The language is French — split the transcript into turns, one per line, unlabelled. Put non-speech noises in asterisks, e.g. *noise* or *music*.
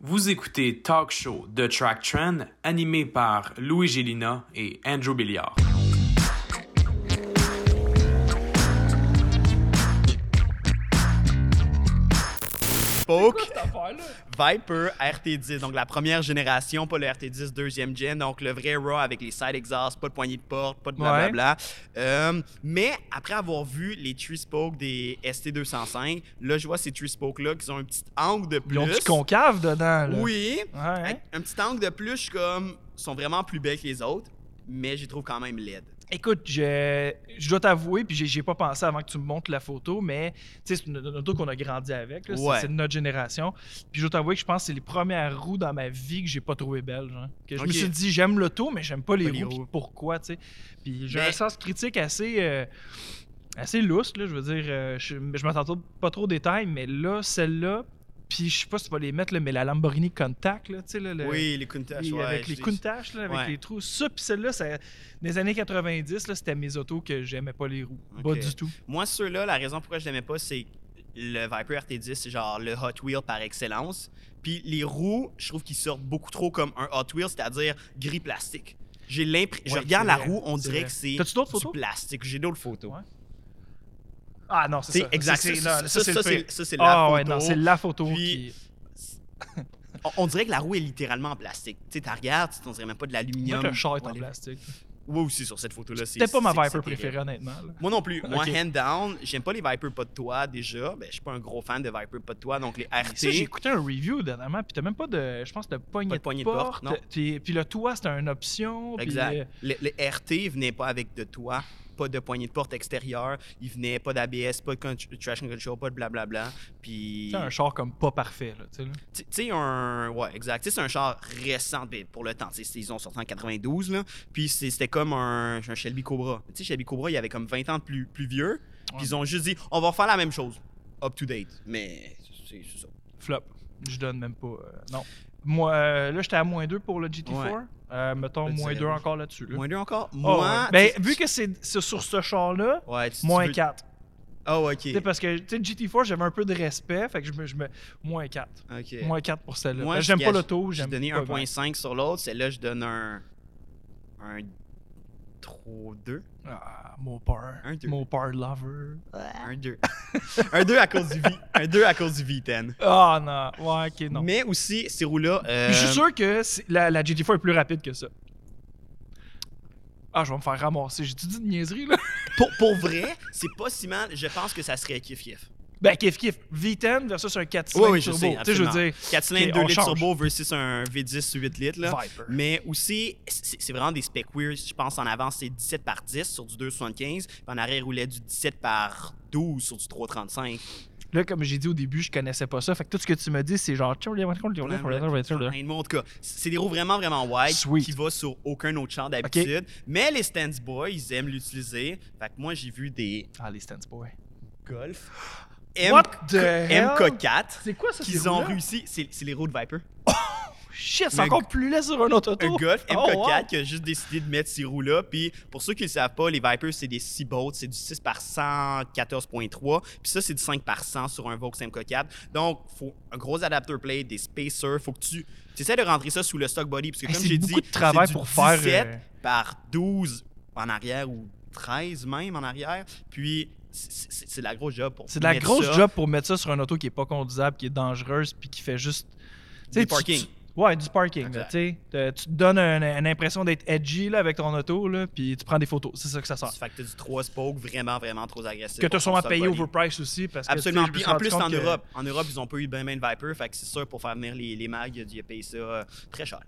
Vous écoutez Talk Show de Track Trend, animé par Louis Gélina et Andrew Billiard.
Spoke, Viper, RT10. Donc la première génération, pas le RT10 deuxième gen. Donc le vrai Raw avec les side exhausts, pas de poignée de porte, pas de blablabla. Euh, mais après avoir vu les tree spoke des ST205, là je vois ces tree spoke là qui ont un petit angle de plus.
Ils ont du concave dedans. Là.
Oui.
Ouais,
Avec
hein?
un petit angle de plus, je suis comme sont vraiment plus belles que les autres, mais je les trouve quand même laides.
Écoute, je, je dois t'avouer, puis j'ai- j'ai pas pensé avant que tu me montres la photo, mais tu sais, c'est une, une auto qu'on a grandi avec. là. C'est-
Ouais.
C'est de notre génération. Puis je dois t'avouer que je pense que c'est les premières roues dans ma vie que j'ai pas trouvé belles. genre. Que je
Ok.
me suis dit, j'aime l'auto, mais j'aime pas les,
Pas les
roues. puis
roues.
Pourquoi, tu sais? Puis j'ai
Mais-
un sens critique assez. euh, assez lousse, là, je veux dire, euh, je, je m'attends pas trop aux détails, mais là, celle-là, puis je sais pas si tu vas les mettre, là, mais la Lamborghini Contact, là, tu sais, là, le-
oui, les Countach,
Et
ouais,
avec
je
les
les-
countaches, là, avec
Ouais.
les trous. Ça, puis celle-là, ça- des années 90, là, c'était mes autos que j'aimais pas les roues.
Ok.
Pas du tout.
Moi, ceux-là, la raison pourquoi je l'aimais pas, c'est le Viper RT10, c'est genre le Hot Wheel par excellence. Puis les roues, je trouve qu'ils sortent beaucoup trop comme un Hot Wheel, c'est-à-dire gris plastique. J'ai l'impression. je
Ouais,
regarde
c'est
la
vrai,
roue, on
c'est
dirait
vrai.
que c'est
T'as-tu d'autres
du
photos?
plastique. J'ai d'autres photos.
Ouais. Ah non, c'est
C'est
ça.
exact.
C'est-
Ça,
non,
ça,
c'est
ça,
le pire.
c'est ça, c'est la
Ah
photo.
ouais, non, c'est la photo
Puis-
qui.
on, on dirait que la roue est littéralement en plastique. Tu sais, t'as regardes, on dirait même pas de
Moi,
l'aluminium.
que le char est en
Ouais,
plastique.
Moi aussi, sur cette photo-là, c'est.
C'était pas ma
c'est-
Viper
c'est
préférée,
terrible.
honnêtement. là.
Moi non plus. Moi,
Ok.
hand down, j'aime pas les Viper pas de toit déjà. Ben, je suis pas un gros fan de Viper pas de toit, donc les
Mais ça, J'ai
RT.
écouté un review dernièrement, puis t'as même pas de, je pense, de poignée,
Pas de poignée de porte,
porte.
non.
puis, puis le toit, c'était une option. puis, euh,
Exact. Les, les RT venaient pas avec de toit, pas de poignée de porte extérieure, ils venaient pas d'ABS, pas de con- traction control, pas de blablabla. Puis.
c'est un char comme pas parfait, là, tu sais, là.
Tu tu sais, un. Ouais, exact. Tu sais, c'est un char récent ben, pour le temps. Tu sais, c'est- ils ont sorti en 92, là. Puis c'est- c'était comme un, un Shelby Cobra. Tu sais, Shelby Cobra, il avait comme 20 ans de plus, plus vieux. Puis
Ouais.
ils ont juste dit, on va faire la même chose. Up to date. Mais c'est c'est ça.
Flop. Je donne même pas. euh, non. Moi, euh, là, j'étais à moins 2 pour le GT4.
Ouais.
Euh, mettons
Je
moins
dirais
2
pas.
encore là-dessus. là.
Moins deux encore?
Ah,
Moi.
ouais. Ben,
tu-
vu que c'est c'est sur ce char-là,
Ouais, tu- tu
moins
veux-
4.
Ah, ouais, ok.
Tu sais, parce que tu sais, le GT4, j'avais un peu de respect, fait que je me. Je me moins 4.
Ok.
Moins 4 pour celle-là.
Euh, Moi, je
Parce que J'aime pas
gage-
l'auto,
J'ai
j'aime
donné
pas
1.5 sur l'autre. Celle-là, je donne un. Un. 3, 2.
Ah, Mopar.
Un, deux.
Mopar lover.
Un 2. *laughs* un 2 à cause du V. Un 2 à cause du V10.
Ah non. Ouais, ok, non.
Mais aussi, ces roues-là. euh,
Puis je suis sûr que c'est- la, la GT4 est plus rapide que ça. Ah, je vais me faire ramasser. J'ai-tu dit de niaiserie, là? *laughs*
pour, pour vrai, c'est pas si mal. Je pense que ça serait kiff-kiff.
Ben, kiff kiff. V10 versus un 4 cylindres turbo. Tu sais, je veux dire.
4 cylindres,
ok,
2
on
litres
change.
turbo versus un V10 8 litres. Là.
Viper.
Mais aussi, c'est c'est vraiment des specs weird. Je pense en avant, c'est 17 par 10 sur du 2,75. Puis en arrière, il roulait du 17 par 12 sur du 3,35.
Là, comme j'ai dit au début, je connaissais pas ça. Fait que tout ce que tu me dis, c'est genre.
Plein de monde, en tout cas. C'est des roues vraiment, vraiment wide
Sweet.
qui va sur aucun autre champ d'habitude. Mais les Stance Boys, ils aiment l'utiliser. Fait que moi, j'ai vu des
Ah, les Stance Boy.
Golf
What the hell?
MK4
C'est quoi ça,
qu'ils ont réussi. C'est c'est les roues de Viper.
Shit, c'est
Le-
encore plus laid sur un autre auto.
Un Golf
Oh,
MK4
wow.
qui a juste décidé de mettre ces roues-là. Puis pour ceux qui ne le savent pas, les Vipers, c'est des 6 bolts. C'est du 6 par 114.3. Puis ça, c'est du 5 par 100 sur un Vaux MK4. Donc, faut un gros adapter plate, des spacers. Faut que tu essaies de rentrer ça sous le stock body. Parce que
Hey,
comme
c'est
j'ai dit,
beaucoup de travail
c'est du
pour faire,
17
euh,
par 12 en arrière ou 13 même en arrière. Puis c'est- c'est c'est de la grosse job pour
C'est de la
mettre
grosse
ça.
job pour mettre ça sur un auto qui est pas conduisable, qui est dangereuse, puis qui fait juste. Tu sais,
Des
tu-
parkings.
tu- Ouais, du parking.
Exact.
là, Tu sais. Te- tu te donnes un- une impression d'être edgy là, avec ton auto, là, puis tu prends des photos. C'est ça que ça sert.
Fait que t'as du 3 spoke vraiment, vraiment trop agressif.
Que tu as
pour son
sûrement
stock
payé
body.
overpriced aussi. Parce que, tu sais,
Absolument.
je me
Puis
suis
en
rendu
plus,
compte
en
que-
Europe. En Europe, ils ont pas eu ben, ben de Viper. Fait que c'est sûr, pour faire venir les, les mags, il a payé ça euh, très cher.